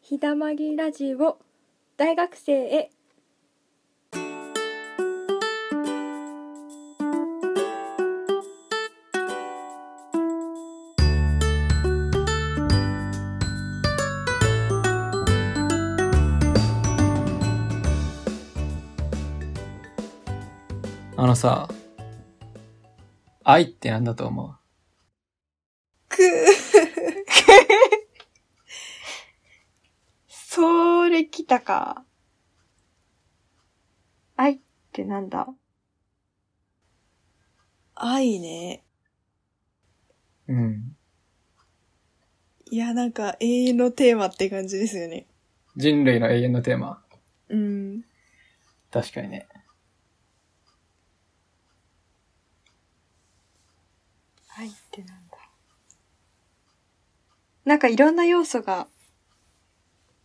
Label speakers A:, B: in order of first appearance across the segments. A: ひだまぎラジオ大学生へ
B: あのさ、愛ってなんだと思
A: くーそれ来たか愛ってなんだ
C: 愛ね。
B: ううん。
C: いや、なんか永遠のテーマって感じですよね。
B: 人類の永遠のテーマ。
C: うん。
B: 確かにね。
A: 愛ってなんだなんかいろんな要素が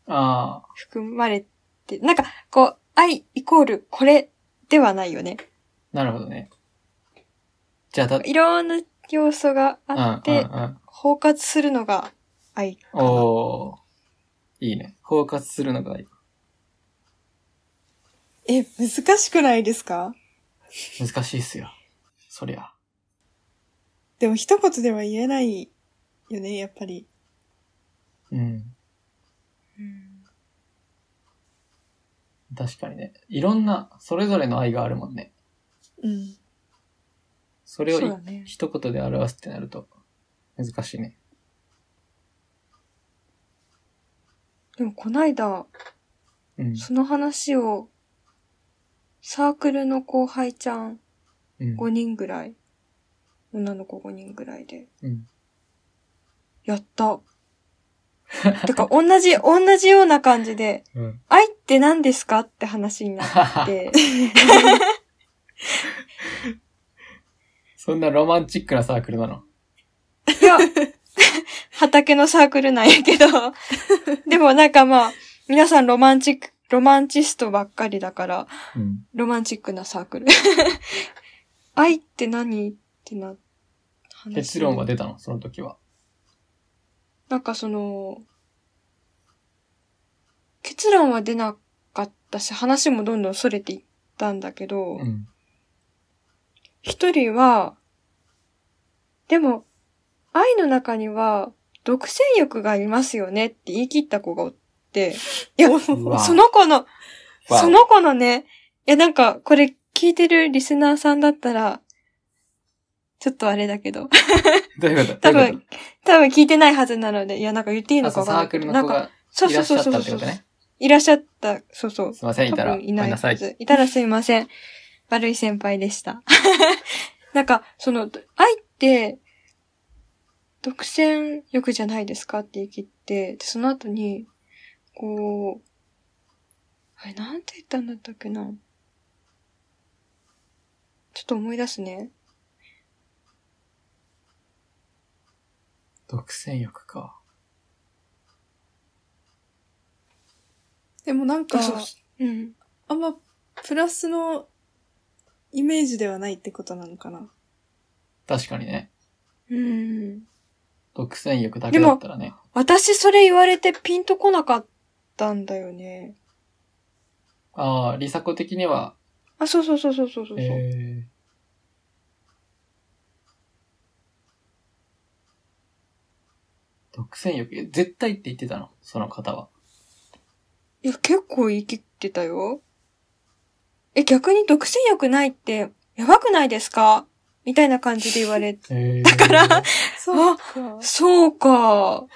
B: ああ、
A: 含まれて、なんかこう、愛イコールこれではないよね。
B: なるほどね。じゃあ、だ、
A: いろんな要素があっ
B: うん
A: て、
B: うんうん。
A: 包括するのが愛かな。
B: おー。いいね。包括するのがいい。
C: え、難しくないですか
B: 難しいっすよ。そりゃ。
C: でも一言では言えないよね、やっぱり。
B: うん。
A: うん
B: 確かにね。いろんな、それぞれの愛があるもんね。
C: うん。
B: それをい
A: そうだね。
B: 一言で表すってなると、難しいね。
A: でもこないだ、
B: うん。
A: その話を、サークルの後輩ちゃん
B: うん。
A: 5人ぐらい、女の子5人ぐらいで、
B: うん。
A: やった。てか、同じ、同じような感じで、
B: うん。
A: 愛って何ですかって話になって、
B: そんなロマンチックなサークルなの。
A: いや、畑のサークルなんやけど、でもなんかまあ、皆さんロマンチック、ロマンチストばっかりだから、
B: うん。
A: ロマンチックなサークル。 愛って何ってな、話
B: 結論は出たのその時は。
A: なんかその、結論は出なかったし、話もどんどん逸れていったんだけど
B: う、ん。
A: 一、人は、でも、愛の中には、独占欲がいますよねって言い切った子がおって、いや、そう
B: わ
A: の子の、
B: わお
A: その子のね、いやなんか、これ聞いてるリスナーさんだったら、ちょっとあれだけど、
B: どういうこと
A: 多
B: どういうこ
A: 分、多分聞いてないはずなので、いやなんか言っていい
B: と
A: の
B: あ
A: か
B: そう
A: わ
B: サ
A: かんないけ
B: ー
A: ど
B: クル
A: な
B: の
A: んか
B: 子が
A: そう
B: い
A: そ
B: ら
A: う
B: っし
A: そう
B: ゃっ
A: そうそ
B: た
A: う
B: ってことね。
A: いらっしゃった、そうそう。
B: すいません、いたら。
A: 多分いな
B: ごめん
A: い
B: なさ。
A: はいず。いたらすいません。 悪い先輩でした。 なんか、その、愛って、独占欲じゃないですかって言い切って、でその後に、こう、あれ、なんて言ったんだったっけな。ちょっと思い出すね。
B: 独占欲か。
C: でもなんか、
A: うん。
C: あんまプラスのイメージではないってことなのかな。
B: 確かにね。
A: うん。
B: 独占欲だけだったらね。
A: 私、それ言われてピンとこなかったんだよね。
B: ああ、リサ子的には、
A: あ、そうそうそうそうそうそうそう。
B: えー、独占欲、え絶対って言ってたのその方は。
A: いや、結構言い切ってたよ。え、逆に独占欲ないって、やばくないですかみたいな感じで言われ て。
B: だから、
C: そうか。
A: そうか。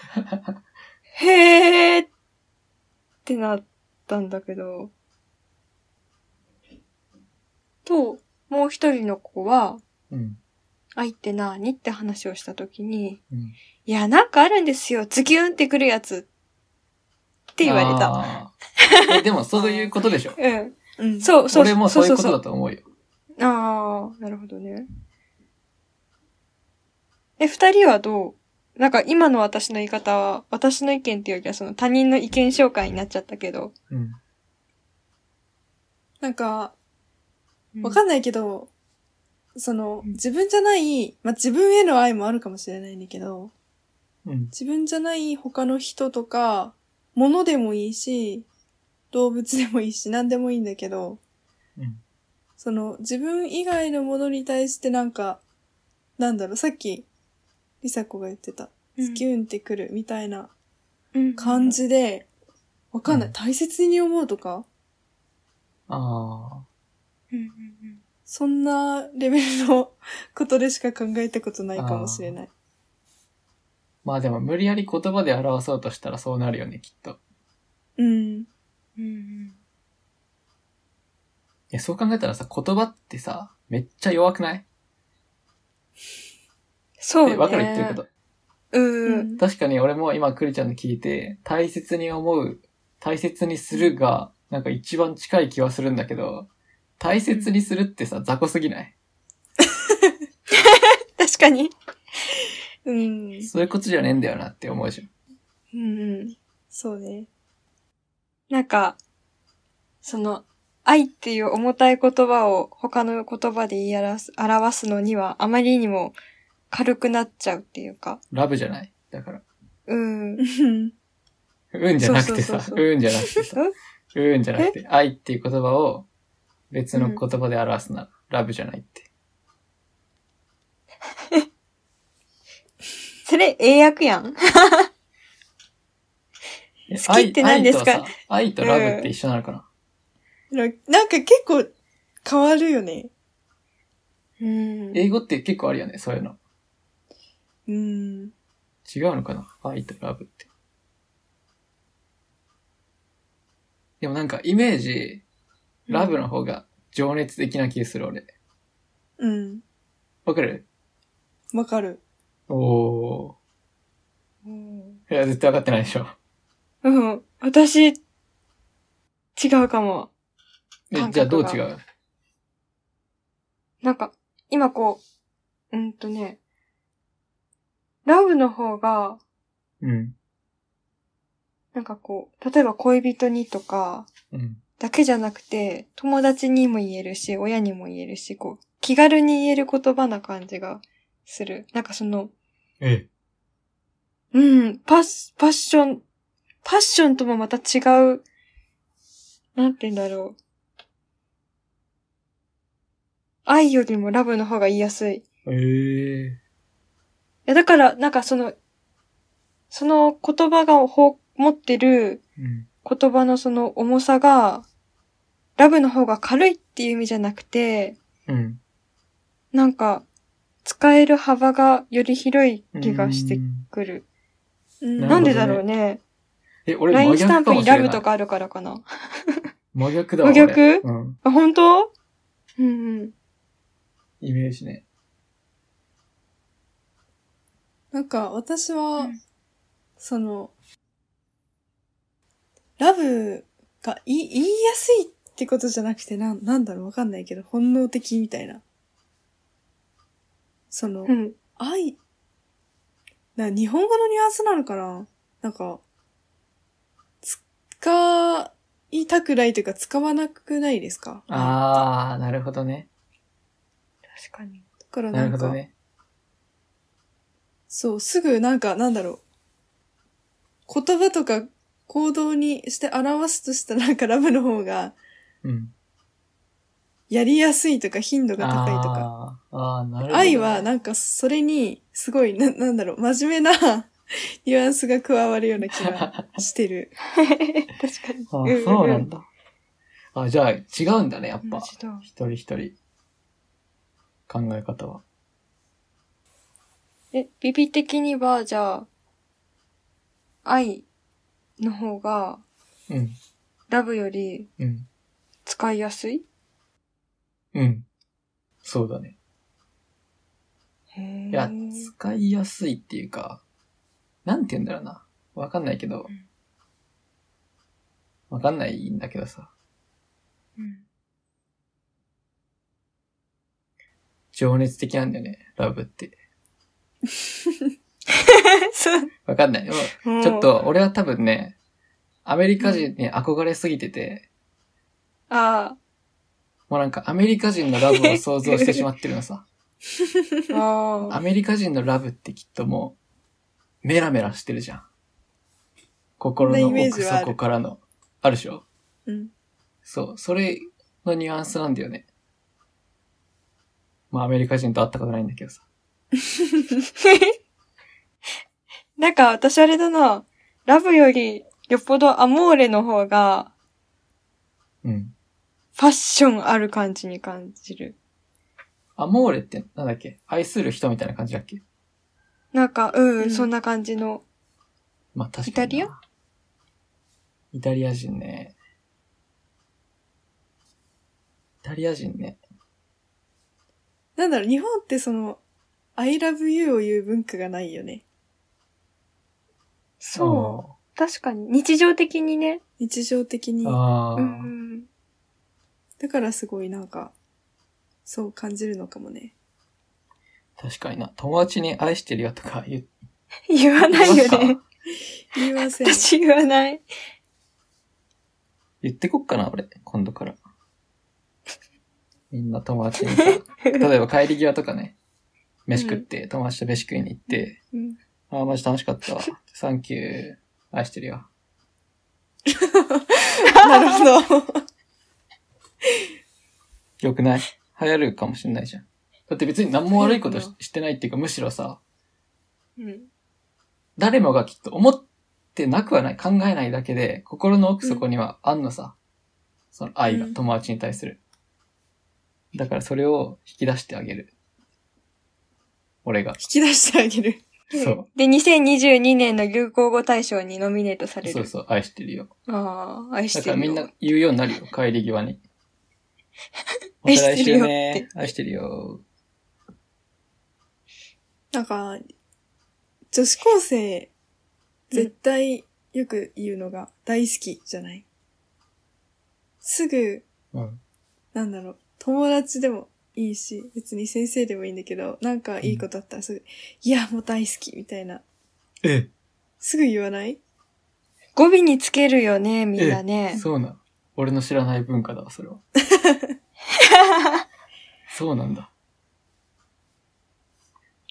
A: へーってなったんだけど。と、もう一人の子は、
B: うん。
A: 愛って何って話をしたときに、
B: うん
A: いや、なんかあるんですよ。ズキュンってくるやつ。って言われた。
B: た。えでも、そういうことでし ょ。
A: うん。
C: うん。う。
A: そう、そう、
B: 俺もそういうことだと思うよ。
A: ああ、なるほどね。え、二人はどうなんか今の私の言い方は、私の意見っていうよりはその他人の意見紹介になっちゃったけど。
B: うん。
C: なんか、わ
A: っ
C: かんないけど、その、自分じゃない、まあ、自分への愛もあるかもしれないんだけど、
B: うん。
C: 自分じゃない他の人とか、ものでもいいし、動物でもいいし、何でもいいんだけど、
B: うん。
C: その自分以外のものに対してなんか、なんだろう、さっき、りさこが言ってた、
A: うん
C: スキュンってくるみたいな
A: うん
C: 感。じで、わかんない。
B: うん
C: 大切に思うとか
B: あ
A: うんうんうん
C: そんなレベルの ことでしか考えたことないかもしれない。
B: あ。まあでも無理やり言葉で表そうとしたらそうなるよね、きっと。
C: うん。
A: うんうん。
B: いや、そう考えたらさ、言葉ってさ、めっちゃ弱くない
A: そう
B: え
A: ね。
B: わかる言ってること。
A: う。
C: うんん
B: 確かに俺も今くるちゃんの聞いて、大切に思う、大切にするが、なんか一番近い気はするんだけど、大切にするってさ、雑魚すぎない
A: 確かに。
C: うん。
B: そういうことじゃねえんだよなって思うでしょ。
A: うんうん。
C: そうね。
A: なんか、その、愛っていう重たい言葉を他の言葉で言い表す表すのにはあまりにも軽くなっちゃうっていうか。
B: ラブじゃないだから。
A: うん。
C: うん。
B: うんじゃなくてさ、
A: そうそうそうそう
B: うんじゃなくてさ、うんじゃなくて、愛っていう言葉を別の言葉で表すなら、ラブじゃないって。
A: それ英訳やん。
B: え
A: 好きって何ですか
B: 愛愛とさ愛とラブって一緒なのかな、
C: なんかなんか結構変わるよね。
A: うん。
B: 英語って結構あるよね、そういうの。
C: うん。
B: 違うのかな愛とラブって。でもなんかイメージ、ラブの方が情熱的な気がする俺。
C: うん。
B: わかる
C: わかる。
B: お
A: うん。
B: ー。いや、絶対わかってないでしょ。
A: うん。私、違うかも。
B: え、
A: 感
B: じゃあど
A: 覚
B: う
A: が
B: 違う
A: なんか、今こう、うんとね、ラブの方が、
B: うん。
A: なんかこう、例えば恋人にとか、
B: うん。
A: だけじゃなくて、友達にも言えるし、親にも言えるし、こう、気軽に言える言葉な感じがする。なんかその、
B: え
A: うん、パッ、パッション、パッションともまた違う、なんて言うんだろう。愛よりもラブの方が言いやすい。い
B: えー。
A: や、だから、なんかその、その言葉がほ持ってる
B: うん。
A: 言葉のその重さが、ラブの方が軽いっていう意味じゃなくて、
B: うん。
A: なんか、使える幅がより広い気がして
B: うん
A: くる。
C: うん。
B: なるほど
A: な
B: ね
A: んでだろうね。
B: え、俺
A: ライ
B: 真
A: ンスタンプ
B: 逆かも
A: に
B: しれ
A: ラ
B: ない。
A: ブとかあるからかな。
B: 真逆だわ。
A: 真逆
B: 俺うん。
A: あ、本当うんうん。
B: イメージね。
C: なんか私は、
A: うん
C: その、ラブが言い言いやすいってことじゃなくて、なんなんだろうわかんないけど、本能的みたいな。その、
A: うん。
C: 愛、な日本語のニュアンスなのかななんか、使いたくないというか使わなくないですかだ
B: あー、なるほどね。
A: 確かに。
C: から
B: な
C: な
B: る
C: ん
B: ほ
C: か、
B: どね。
C: そう、すぐなんか、なんだろう。言葉とか行動にして表すとしたらなんかラブの方が
B: うん。
C: やりやすいとか頻度が高いとか。
B: あーあー、なるほど。
C: 愛は、なんかそれにすごいな、なんだろう、真面目なニュアンスが加わるような気がしてる。
A: 確かに。
B: あ
A: うんうんうん
B: ーそうなんだ。あ、じゃあ違うんだね、やっぱ
A: 同。じだ。
B: 一人一人。考え方は。
A: え、ビビ的には、じゃあ、愛の方が、
B: うん。
A: ラブより
B: うん。
A: 使いやすい
B: うん。そうだね。い
A: い
B: や、使いやすいっていうか、なんて言うんだろうな。わかんないけど
A: うん。
B: わかんないんだけどさ。
A: うん。
B: 情熱的なんだよね、ラブって。
A: そう。
B: わかんない。でも ちょっ。と、俺は多分ね、アメリカ人に憧れすぎてて、
A: あ
B: もうなんかアメリカ人のラブを想像してしまってるのさ。
A: あ。あ
B: ア
A: あ。
B: メリカ人のラブってきっともう、メラメラしてるじゃん。心
C: な
B: の
C: イメー
B: 奥
C: ジはある
B: 底からの。あるでしょ
C: うん。
B: そう。それのニュアンスなんだよね。まあ、アメリカ人と会ったことないんだけどさ。
A: なんか私あれだな、ラブよりよっぽどアモーレの方が
B: うん。
A: ファッションある感じに感じる。
B: アモーレってなんだっけ愛する人みたいな感じだっけ
A: なんか、うん、
C: うん
A: そんな感じの。
B: まあ、確かに
A: イ
B: な。
A: タリア
B: イタリア人ね。イタリア人ね。
C: なんだろう、日本ってその、I love you を言う文化がないよね。
A: う。確かに。日常的にね。
C: 日常的に。
B: あーあ
A: う
B: ー、
A: んうん。
C: だからすごいなんか、そう感じるのかもね。
B: 確かにな。友達に愛してるよとか言って
A: 言わな
B: ま
A: いよ
B: すか
A: ね。
C: 言い ません。
A: 私言わない。
B: 言ってこっかな、俺。今度から。みんな友達 にさ、例えば帰り際とかね、飯食って、友達と飯食いに行って、
C: うん。
B: ああ、マジ楽しかったわ。サンキュー。愛してるよ。
C: なるほど。
B: よくない流行るかもしんないじゃん。だって別に何も悪いことししてないっていうか、むしろさ、
A: うん。
B: 誰もがきっと思ってなくはない、考えないだけで、心の奥底にはあんのさ、その愛が
C: うん
B: 友達に対する。だからそれを引き出してあげる。俺が。
C: 引き出してあげる。
B: そう。
A: で、2022年の流行語大賞にノミネートされ
B: そう
A: る。
B: そう、愛してるよ。
A: ああ、愛し
B: だ
A: てる
B: から
A: よ。
B: みんな言うようになるよ、帰り際に。ま
A: 愛
B: た
A: し
B: 来
A: てるよ
B: 週
A: って
B: ね。愛してるよ。
C: なんか、女子高生、絶対よく言うのが大好きじゃない、すぐ、
B: うん。
C: なんだろう、友達でもいいし、別に先生でもいいんだけど、なんかいいことあったらすぐ、いや、もう大好きみたいな。
B: え
C: すぐ言わない
A: 語尾につけるよね、みんなね。
B: そうなの。俺の知らない文化だわ、それは。そうなんだ。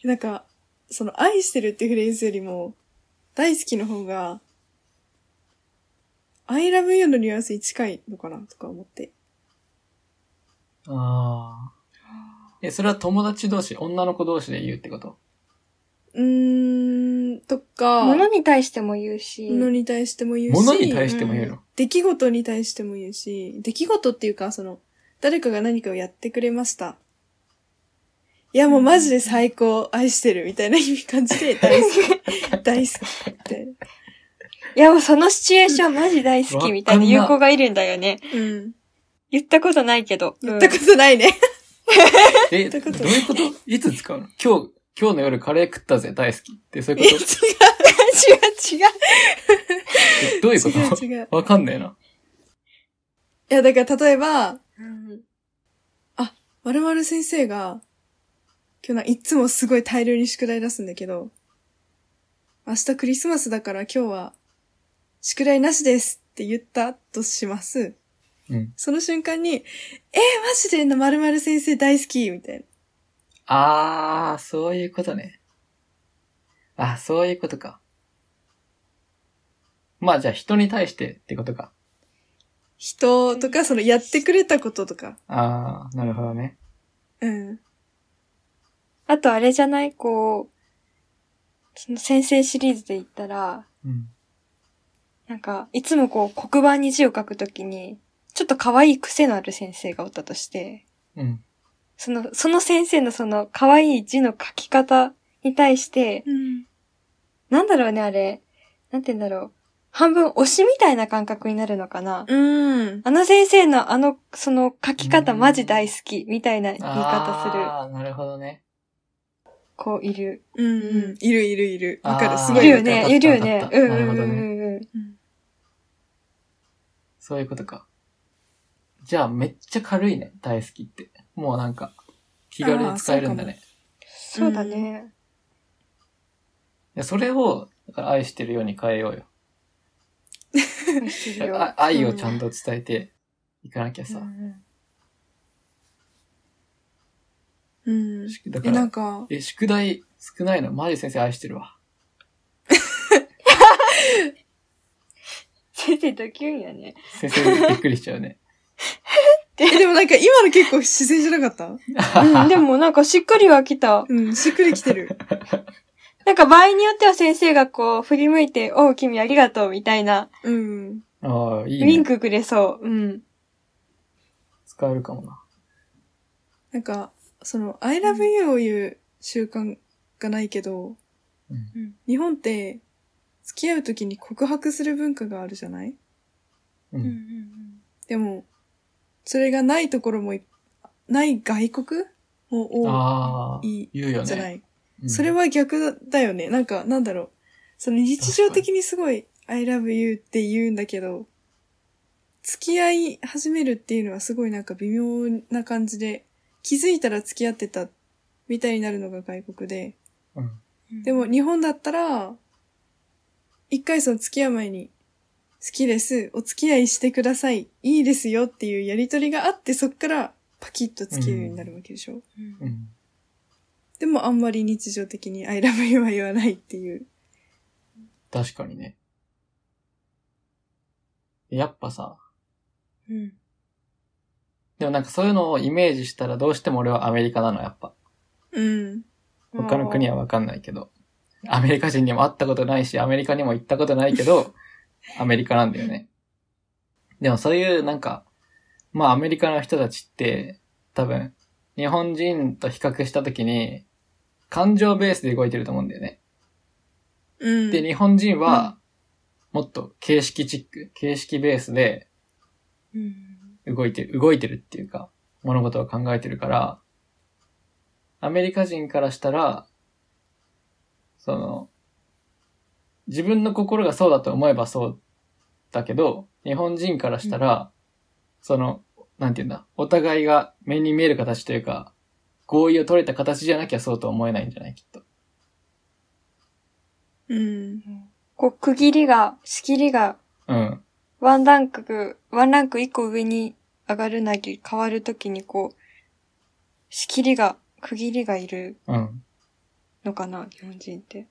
C: なんか、その、愛してるってフレーズよりも、大好きの方が、I love you のニュアンスに近いのかなとか思って。
B: ああ。え、それは友達同士、女の子同士で言うってこと
C: うーん、と か、
A: 物に対しても言うし。
C: のに対しても言うし、
B: 物に対しても言う
A: う
B: の。
C: 出来事に対しても言うし、出来事っていうか、その、誰かが何かをやってくれました。いや、もうマジで最高、愛してる、みたいな意味感 じで、大好き、大好きって。
A: いや、もうそのシチュエーションマジ大好きみたいな有効がいるんだよね。
C: うん。
A: 言ったことないけど。
C: 言ったことないね。
B: え、
C: ど
B: ど
C: ういうこ
B: う
C: と
B: いうこといつ使うの今日、今日の夜カレー食ったぜ、大好きって、そうい
A: 違
B: うこ
A: う違う。
B: とえどういうこ
C: 違う違う
B: とわかんないな。
C: いや、だから例えば、
A: うん
C: まるまる先生が、今日ないっつもすごい大量に宿題出すんだけど、明日クリスマスだから今日は、宿題なしですって言ったとします。
B: うん。
C: その瞬間に、えー、マジでのまるまる先生大好きみたいな。
B: あー、そういうことね。あ、そういうことか。まあじゃあ人に対してってことか。
C: 人とか、そのやってくれたこととか。
B: あー、なるほどね。
C: うん。
A: あとあれじゃないこう、その先生シリーズで言ったら、
B: うん。
A: なんか、いつもこう黒板に字を書くときに、ちょっと可愛い癖のある先生がおったとして、
B: うん。
A: その、その先生のその可愛い字の書き方に対して、
C: うん。
A: なんだろうね、あれ。なんて言うんだろう。半分推しみたいな感覚になるのかな。
C: うん。
A: あの先生のあの、その書き方マジ大好きみたいな言い方する
B: あー、なるほどね。
A: 子いる。
C: うんうん。いるいるいる。わか
B: あ
C: る。
B: ー
C: す
A: い
C: ご
A: る
C: い
A: よ
C: わかる。
A: ね
B: わかっ、た
A: いるよね
B: わか。った
A: うん
B: なる
A: う
B: ほ
A: んう
B: どね
A: んうん。
B: そういうことか。じゃあめっちゃ軽いね、大好きって。もうなんか、気軽に使えるんだね。
A: そうだね。
B: いや、それを、だから愛してるように変えようよ。
A: 愛してるよ
B: あ愛をちゃんと伝えていかなきゃさ。
C: うん。
B: だか
C: え、な
B: ら
C: ん、か、
B: え、宿題少ないのマジ先生愛してるわ。
A: 先生ドキュンやね。
B: 先 生びっくりしちゃうね。
C: え、でもなんか今の結構自然じゃなかった
A: うん、でもなんかしっくりはきた。
C: うん、しっくりきてる。
A: なんか場合によっては先生がこう振り向いて、おう、君ありがとうみたいな、
C: うん。
B: ああ、い
A: ウ
B: い
A: ィン
B: ね。
A: クくれそう。うん。
B: 使えるかもな。
C: なんか、その、I love you を言う習慣がないけど、
B: うん
C: 日本って、付き合うときに告白する文化があるじゃない
B: うんうん
C: でも、それがないところもい、ない外国も
B: ああ、
C: 多い
B: 言うよ
C: じゃな
B: ね。
C: い
B: うん
C: それは逆だよね。なんか、なんだろう。その日常的にすごい、I love you って言うんだけど、付き合い始めるっていうのはすごいなんか微妙な感じで、気づいたら付き合ってたみたいになるのが外国で。
B: うん
C: でも、日本だったら、一回その付き合う前に、好きです、お付き合いしてください、いいですよっていうやりとりがあって、そっからパキッと付き合うようになるわけでしょ。
B: うん。
C: でもあんまり日常的に I love you は言わないっていう。
B: 確かにね。やっぱさ、
A: うん。
B: でもなんかそういうのをイメージしたらどうしても俺はアメリカなの、やっぱ。
C: うん。
B: 他の国はわかんないけど。アメリカ人にも会ったことないし、アメリカにも行ったことないけど、アメリカなんだよね。でもそういうなんか、まあアメリカの人たちって、多分、日本人と比較したときに、感情ベースで動いてると思うんだよね。
C: うん。
B: で、日本人は、もっと形式チック、形式ベースで動いてる、動いてるっていうか、物事を考えてるから、アメリカ人からしたら、その、自分の心がそうだと思えばそうだけど、日本人からしたら、その、なんて言うんだ、お互いが目に見える形というか、合意を取れた形じゃなきゃそうとは思えないんじゃないきっと。
C: うん。
A: こう、区切りが、仕切りが、
B: うん。
A: ワンランク、ワンランク一個上に上がるなり変わるときにこう、仕切りが、区切りがいる
B: うん。
A: のかな、日本人って。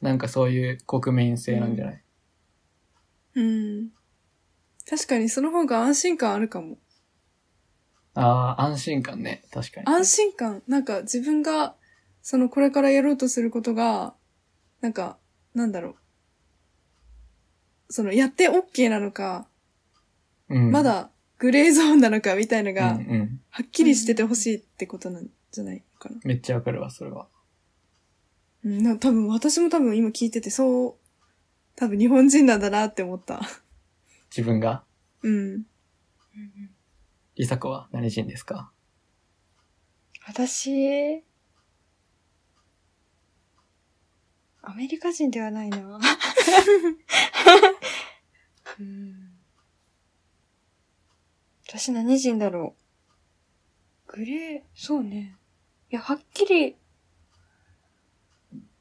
B: なんかそういう国民性なんじゃない、
C: うん。確かにその方が安心感あるかも。
B: ああ、安心感ね。確かに。
C: 安心感。なんか自分が、そのこれからやろうとすることが、なんか、なんだろう。そのやって OK なのか、
B: うん、
C: まだグレーゾーンなのかみたいの
B: うん、う
C: が、
B: ん。
C: はっきりしててほしいってことなんじゃないかな。
B: めっちゃわかるわ、それは。
C: うん、なんか多分私も多分今聞いててそう、多分日本人なんだなって思った。
B: 自分が、
C: うん。
B: りさこは何人ですか
A: 私、アメリカ人ではないな。うん私何人だろう。グレー、そうね。いや、はっきり、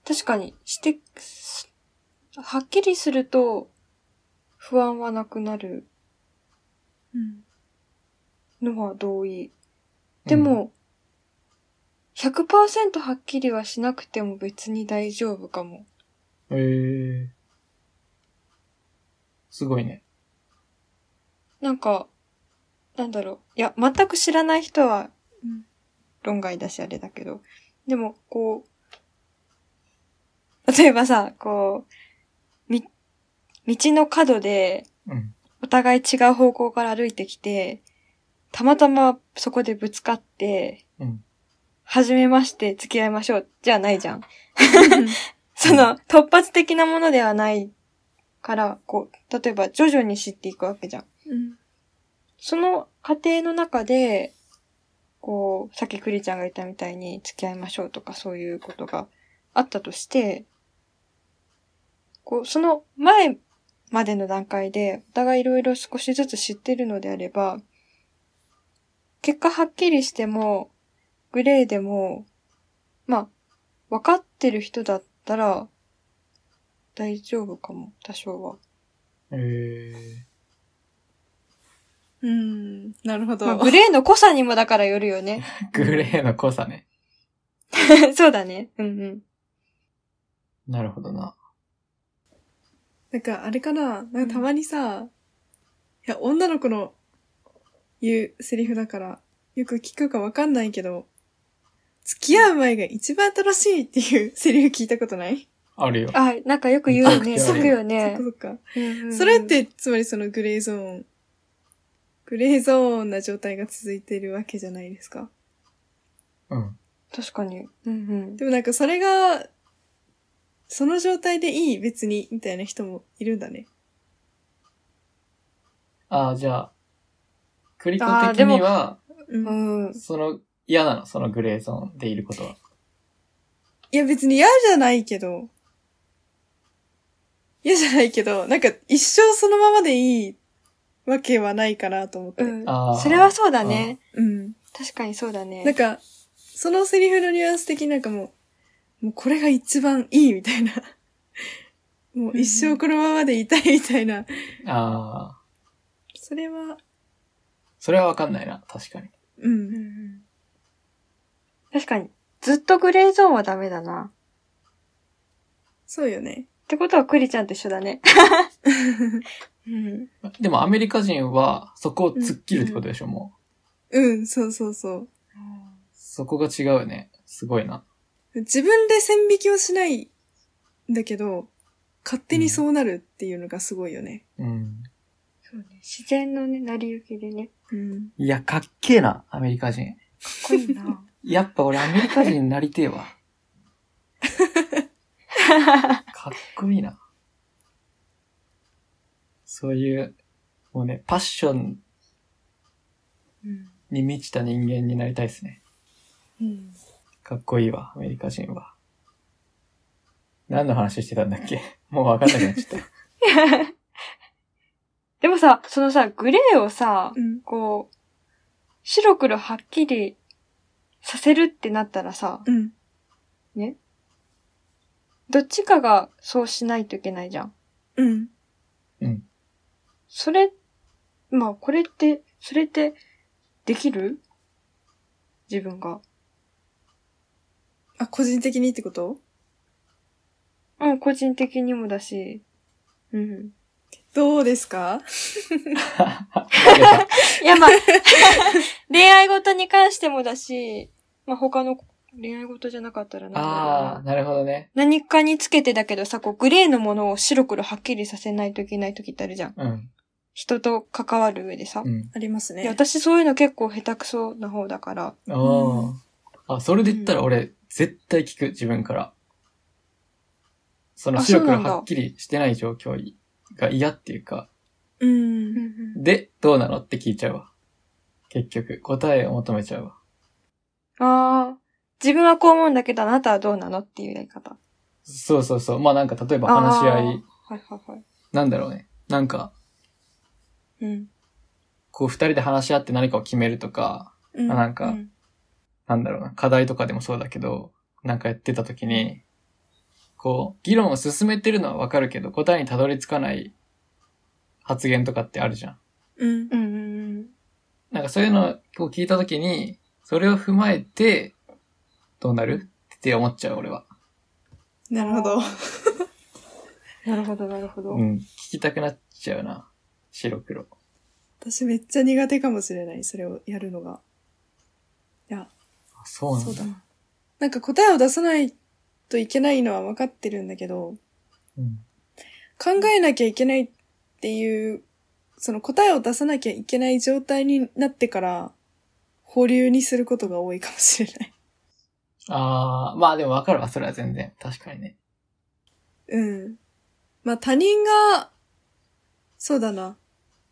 A: 確かに、して、すはっきりすると、不安はなくなる
C: うん。
A: のは同意。で、も、100%はっきりはしなくても別に大丈夫かも。
B: うんえー、すごいね。
A: なんか、なんだろう。いや、全く知らない人は
C: うん、
A: 論外だしあれだけど。でも、こう、 例えばさ、こう、み、道の角で、
B: うん。
A: お互い違う方向から歩いてきて、たまたまそこでぶつかって、
B: うん
A: はじめまして付き合いましょう、じゃないじゃん。その、突発的なものではないから、こう、例えば徐々に知っていくわけじゃん。
C: うん。
A: その過程の中で、こう、さっきクリちゃんが言ったみたいに付き合いましょうとかそういうことがあったとして、こう、その前までの段階で、お互いいろいろ少しずつ知ってるのであれば、結果はっきりしても、グレーでも、まあ、分かってる人だったら、大丈夫かも、多少は。
B: えー、
C: うん。なるほど。
A: まあ、グレーの濃さにもだからよるよね。
B: グレーの濃さね。
A: そうだね。うんうん。
B: なるほどな。
C: なんかあれかななんかたまにさ、いや、女の子の言うセリフだから、よく聞くかわかんないけど、付き合う前が一番楽しいっていう セリフ聞いたことない
B: あるよ。
A: あ、なんかよく言うよね。
B: あ
A: 聞くよ
C: そっ
A: ね
C: か。そっか。
A: うんうん
C: それっ、て、つまりそのグレーゾーン。グレーゾーンな状態が続いてるわけじゃないですか。
B: うん。
A: 確かに。うん
C: でもなんかそれが、その状態でいい別に、みたいな人もいるんだね。
B: ああ、じゃあ、クリコ
A: あー
B: 的
A: でも
B: には、
C: う。
A: うんん。うん。
B: その、嫌なの、そのグレーゾーンでいることは。
C: いや別に嫌じゃないけど、嫌じゃないけど、なんか一生そのままでいいわけはないかなと思って。
A: うん
B: あー。
A: それはそうだね。
C: うん
A: 確かにそうだね。
C: なんか、そのセリフのニュアンス的になんかもう、もうこれが一番いいみたいな。 もう一生このままでいたいみたいな。
B: ああ、
C: それは、
B: それはわかんないな、確かに。
A: う
C: う。
A: んうんん確かに。ずっとグレーゾーンはダメだな。
C: そうよね。
A: ってことはクリちゃんと一緒だね。うん。
B: でもアメリカ人は、そこを突っ切るってことでしょ、も
C: うん、そうそうそう。
B: う。そこが違うね。すごいな。
C: 自分で線引きをしないんだけど、勝手にそうなるっていうのがすごいよね。
B: うん。
A: そうね。自然のね、成り行きでね。
C: うん。
B: いや、かっけえな、アメリカ人。
A: かっこいいな。
B: やっぱ俺アメリカ人になりてえ わ。かっこいいな。そういう、もうね、パッション
A: うん。
B: に満ちた人間になりたいですね。
A: うん。
B: かっこいいわ、アメリカ人は。何の話してたんだっけ もうわかんなくなっちゃっ
A: でもさ、そのさ、グレーをさ
C: う、ん。
A: こう、白黒はっきりさせるってなったらさ、
C: うん。
A: どっちかがそうしないといけないじゃん。
C: うん。
A: それ、まあこれって、それって、できる自分が。
C: あ、個人的にってこと
A: うん、個人的にもだし。うん。
C: どうですか
B: た。投げ た
A: い やまあ、恋愛事に関してもだし、まあ他の恋愛事じゃなかったらなんだろう
B: ああ、
A: な
B: なるほどね。
A: 何かにつけてだけどさ、こうグレーのものを白黒はっきりさせないといけない時ってあるじゃん。
B: うん。
A: 人と関わる上でさ
B: う。ん。
C: あります
A: いや
C: ね。
A: 私そういうの結構下手くそな方だから。
B: ああ。あ、それで言ったら俺、絶対聞く、自分から。その
A: あ
B: 白
A: そう
B: 黒
A: なんだ
B: はっきりしてない状況が嫌っていうか、
C: うん。
B: で、どうなのって聞いちゃうわ。結局、答えを求めちゃうわ。
A: ああ、自分はこう思うんだけどあなたはどうなのっていうやり方。
B: そうそうそう。まあなんか、例えば話し合
A: あーは
B: い、
A: いはいはい。
B: なんだろうね。なんか、
A: うん。
B: こう二人で話し合って何かを決めるとか、
C: うん
B: あなんか、
A: うん
B: なんだろうな、課題とかでもそうだけど、なんかやってた時に、こう、議論を進めてるのはわかるけど、答えにたどり着かない発言とかってあるじゃん。
C: うん。
A: うんうんうん。
B: なんかそういうのをこう聞いた時に、それを踏まえて、どうなるって思っちゃう、俺は。
C: なるほど。
A: なるほどなるほど。
B: うん。聞きたくなっちゃうな。白黒。
C: 私めっちゃ苦手かもしれない、それをやるのが。いや、
B: あそうなん
C: そう
B: だ。
C: だ。なんか答えを出さないといけないのは分かってるんだけど、
B: うん。
C: 考えなきゃいけないっていう、その答えを出さなきゃいけない状態になってから、保留にすることが多いかもしれない。
B: あー、まあでもわかるわ、それは全然。確かにね。
C: うん。まあ他人が、そうだな。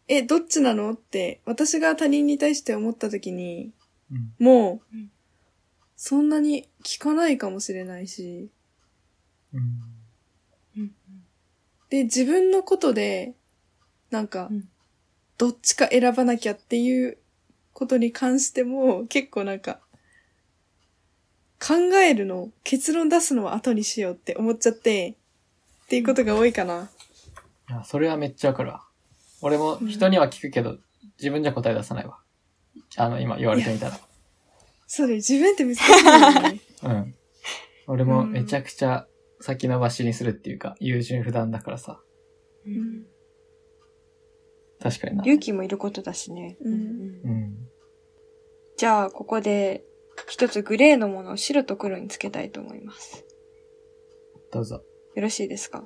C: え、どっちなのって、私が他人に対して思った時に、
B: うん。
C: もう
A: うん、
C: そんなに聞かないかもしれないし、
B: うん。
A: うん
C: で、自分のことで、なんか
A: うん、
C: どっちか選ばなきゃっていうことに関しても、結構なんか、考えるの、結論出すのは後にしようって思っちゃって、っていうことが多いかな。
B: いやそれはめっちゃわかるわ。俺も人には聞くけど、自分じゃ答え出さないわ。あの、今言われてみたら。
C: そうだよ、自分って難しいよね。
B: うん。俺もめちゃくちゃ先延ばしにするっていうか、優柔不断だからさ。
C: ん
B: 確かにな。
A: 勇気もいることだしね。
C: うん
B: うん。
A: じゃあ、ここで、一つグレーのものを白と黒につけたいと思います。
B: どうぞ。
A: よろしいですか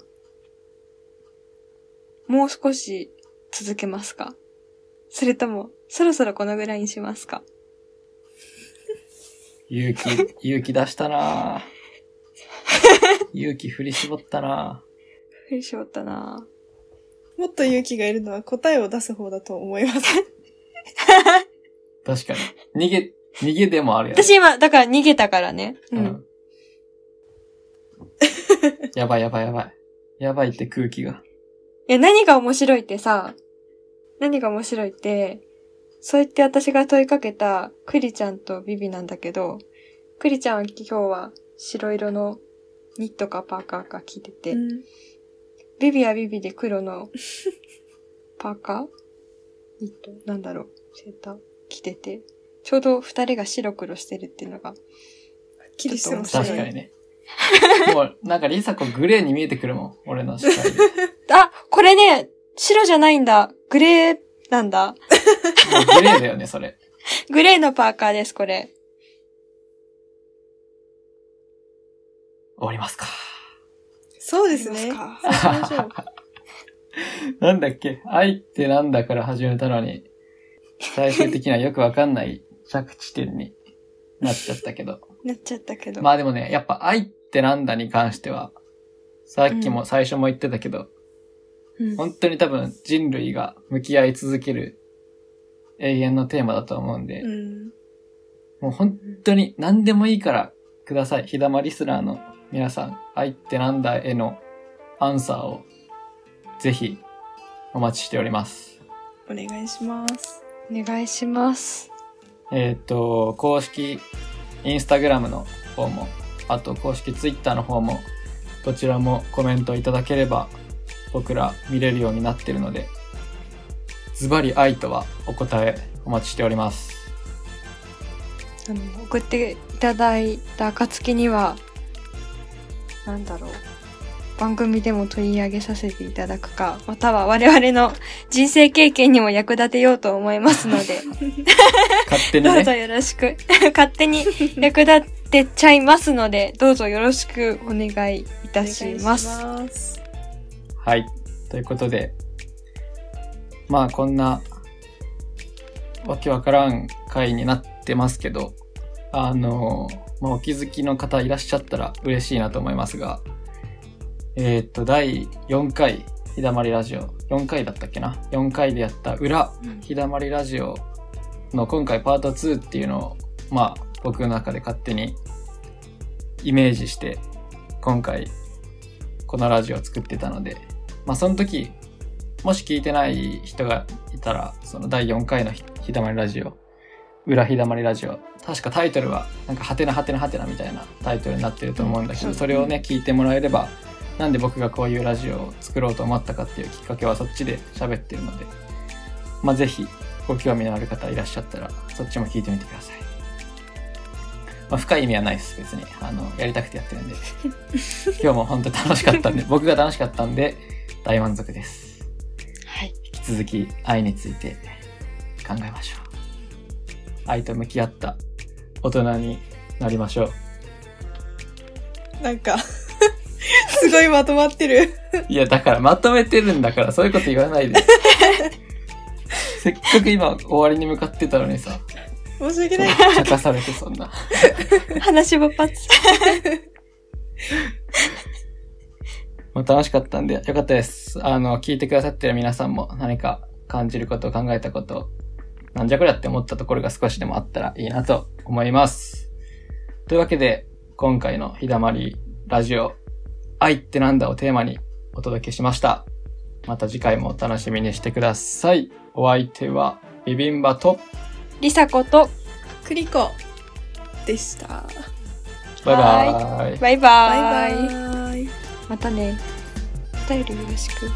A: もう少し続けますかそれとも、そろそろこのぐらいにしますか
B: 勇気、勇気出したなぁ勇気振り絞ったなぁ
A: ふりしおったなぁ
C: もっと勇気がいるのは答えを出す方だと思います。
B: 確かに。逃げ、逃げでもあるやん。
A: 私今、だから逃げたからね。う。
B: うんん。やばいやばいやばい。やばいって空気が。
A: いや、何が面白いってさ、何が面白いって、そう言って私が問いかけたクリちゃんとビビなんだけど、クリちゃんは今日は白色のニットかパーカーか着てて、
C: うん
A: ビビはビビで黒の パーカーニットなんだろうセーター着てて、ちょうど二人が白黒してるっていうのが、
C: はっきりしてます
B: 確かにね。もう、なんかリサ子グレーに見えてくるもん。俺の視界で。
A: あ、これね、白じゃないんだ。グレーなんだ。
B: もうグレーだよね、それ。
A: グレーのパーカーです、これ。
B: 終わりますか。
C: そうですね。
A: いり
C: そうし
A: ますか
C: ましょう。
B: なんだっけ愛ってなんだから始めたのに、最終的にはよくわかんない着地点になっちゃったけど。
A: なっちゃったけど。
B: まあでもね、やっぱ愛ってなんだに関しては、さっきも最初も言ってたけど、
A: うん
B: 本当に多分人類が向き合い続ける永遠のテーマだと思うんで、
C: うん。
B: もう本当に何でもいいからください。ひだまリスナーの皆さん、愛ってなんだへのアンサーをぜひお待ちしております。
C: お願いします。
A: お願いします。
B: えーっ、と、公式インスタグラムの方も、あと公式ツイッターの方も、どちらもコメントいただければ、僕ら見れるようになってるので、ズバリ愛とはお答えお待ちしております。
A: あの、送っていただいた暁には、なんだろう。番組でも取り上げさせていただくか、または我々の人生経験にも役立てようと思いますので、
B: 勝手に
A: どうぞ
B: ね、
A: よろしく、 勝手に役立ってちゃいますので、どうぞよろしくお願いいたします。
C: お願いします
B: はい。ということで、まあこんな、わけわからん回になってますけど、あのまあ、お気づきの方いらっしゃったら嬉しいなと思いますが、えーっと、第4回、ひだまりラジオ、4回だったっけな ?4 回でやった裏、
A: うん
B: ひだまりラジオの今回パート2っていうのを、まあ、僕の中で勝手にイメージして、今回、このラジオを作ってたので、まあ、その時、もし聞いてない人がいたら、その第4回のひひだまりラジオ、裏ひだまりラジオ、確かタイトルは、なんか、はてなはてなはてなみたいなタイトルになってると思うんだけ
A: う
B: ど、
A: ん
B: それをね、聞いてもらえれば、なんで僕がこういうラジオを作ろうと思ったかっていうきっかけはそっちで喋ってるので、まあ、ぜひご興味のある方いらっしゃったらそっちも聞いてみてください、まあ、深い意味はないです別にあのやりたくてやってるんで今日も本当楽しかったんで 僕が楽しかったんで大満足です
A: はい。
B: 引き続き愛について考えましょう愛と向き合った大人になりま しょう
C: なんか、 すごいまとまってる。
B: いや、だからまとめてるんだから、そういうこと言わ ないで。せっかく今終わりに向かってたのにさ、
C: 申し訳
B: ち
C: ない。
B: ゃかされてそんな。
A: 話勃発。
B: まあ、楽しかったんで、よかったです。あの、聞いてくださってる皆さんも何か感じること、考えたこと、なんじゃこりゃって思ったところが少しでもあったらいいなと思います。というわけで、今回のひだまりラジオ、愛ってなんだをテーマにお届けしました。また次回もお楽しみにしてください。お相手は、ビビンバと、
A: りさこと、
C: クリコでした。
B: バイバーイ。
A: バイバーイ。
C: バイバイ。
A: またね。お便りよろしく。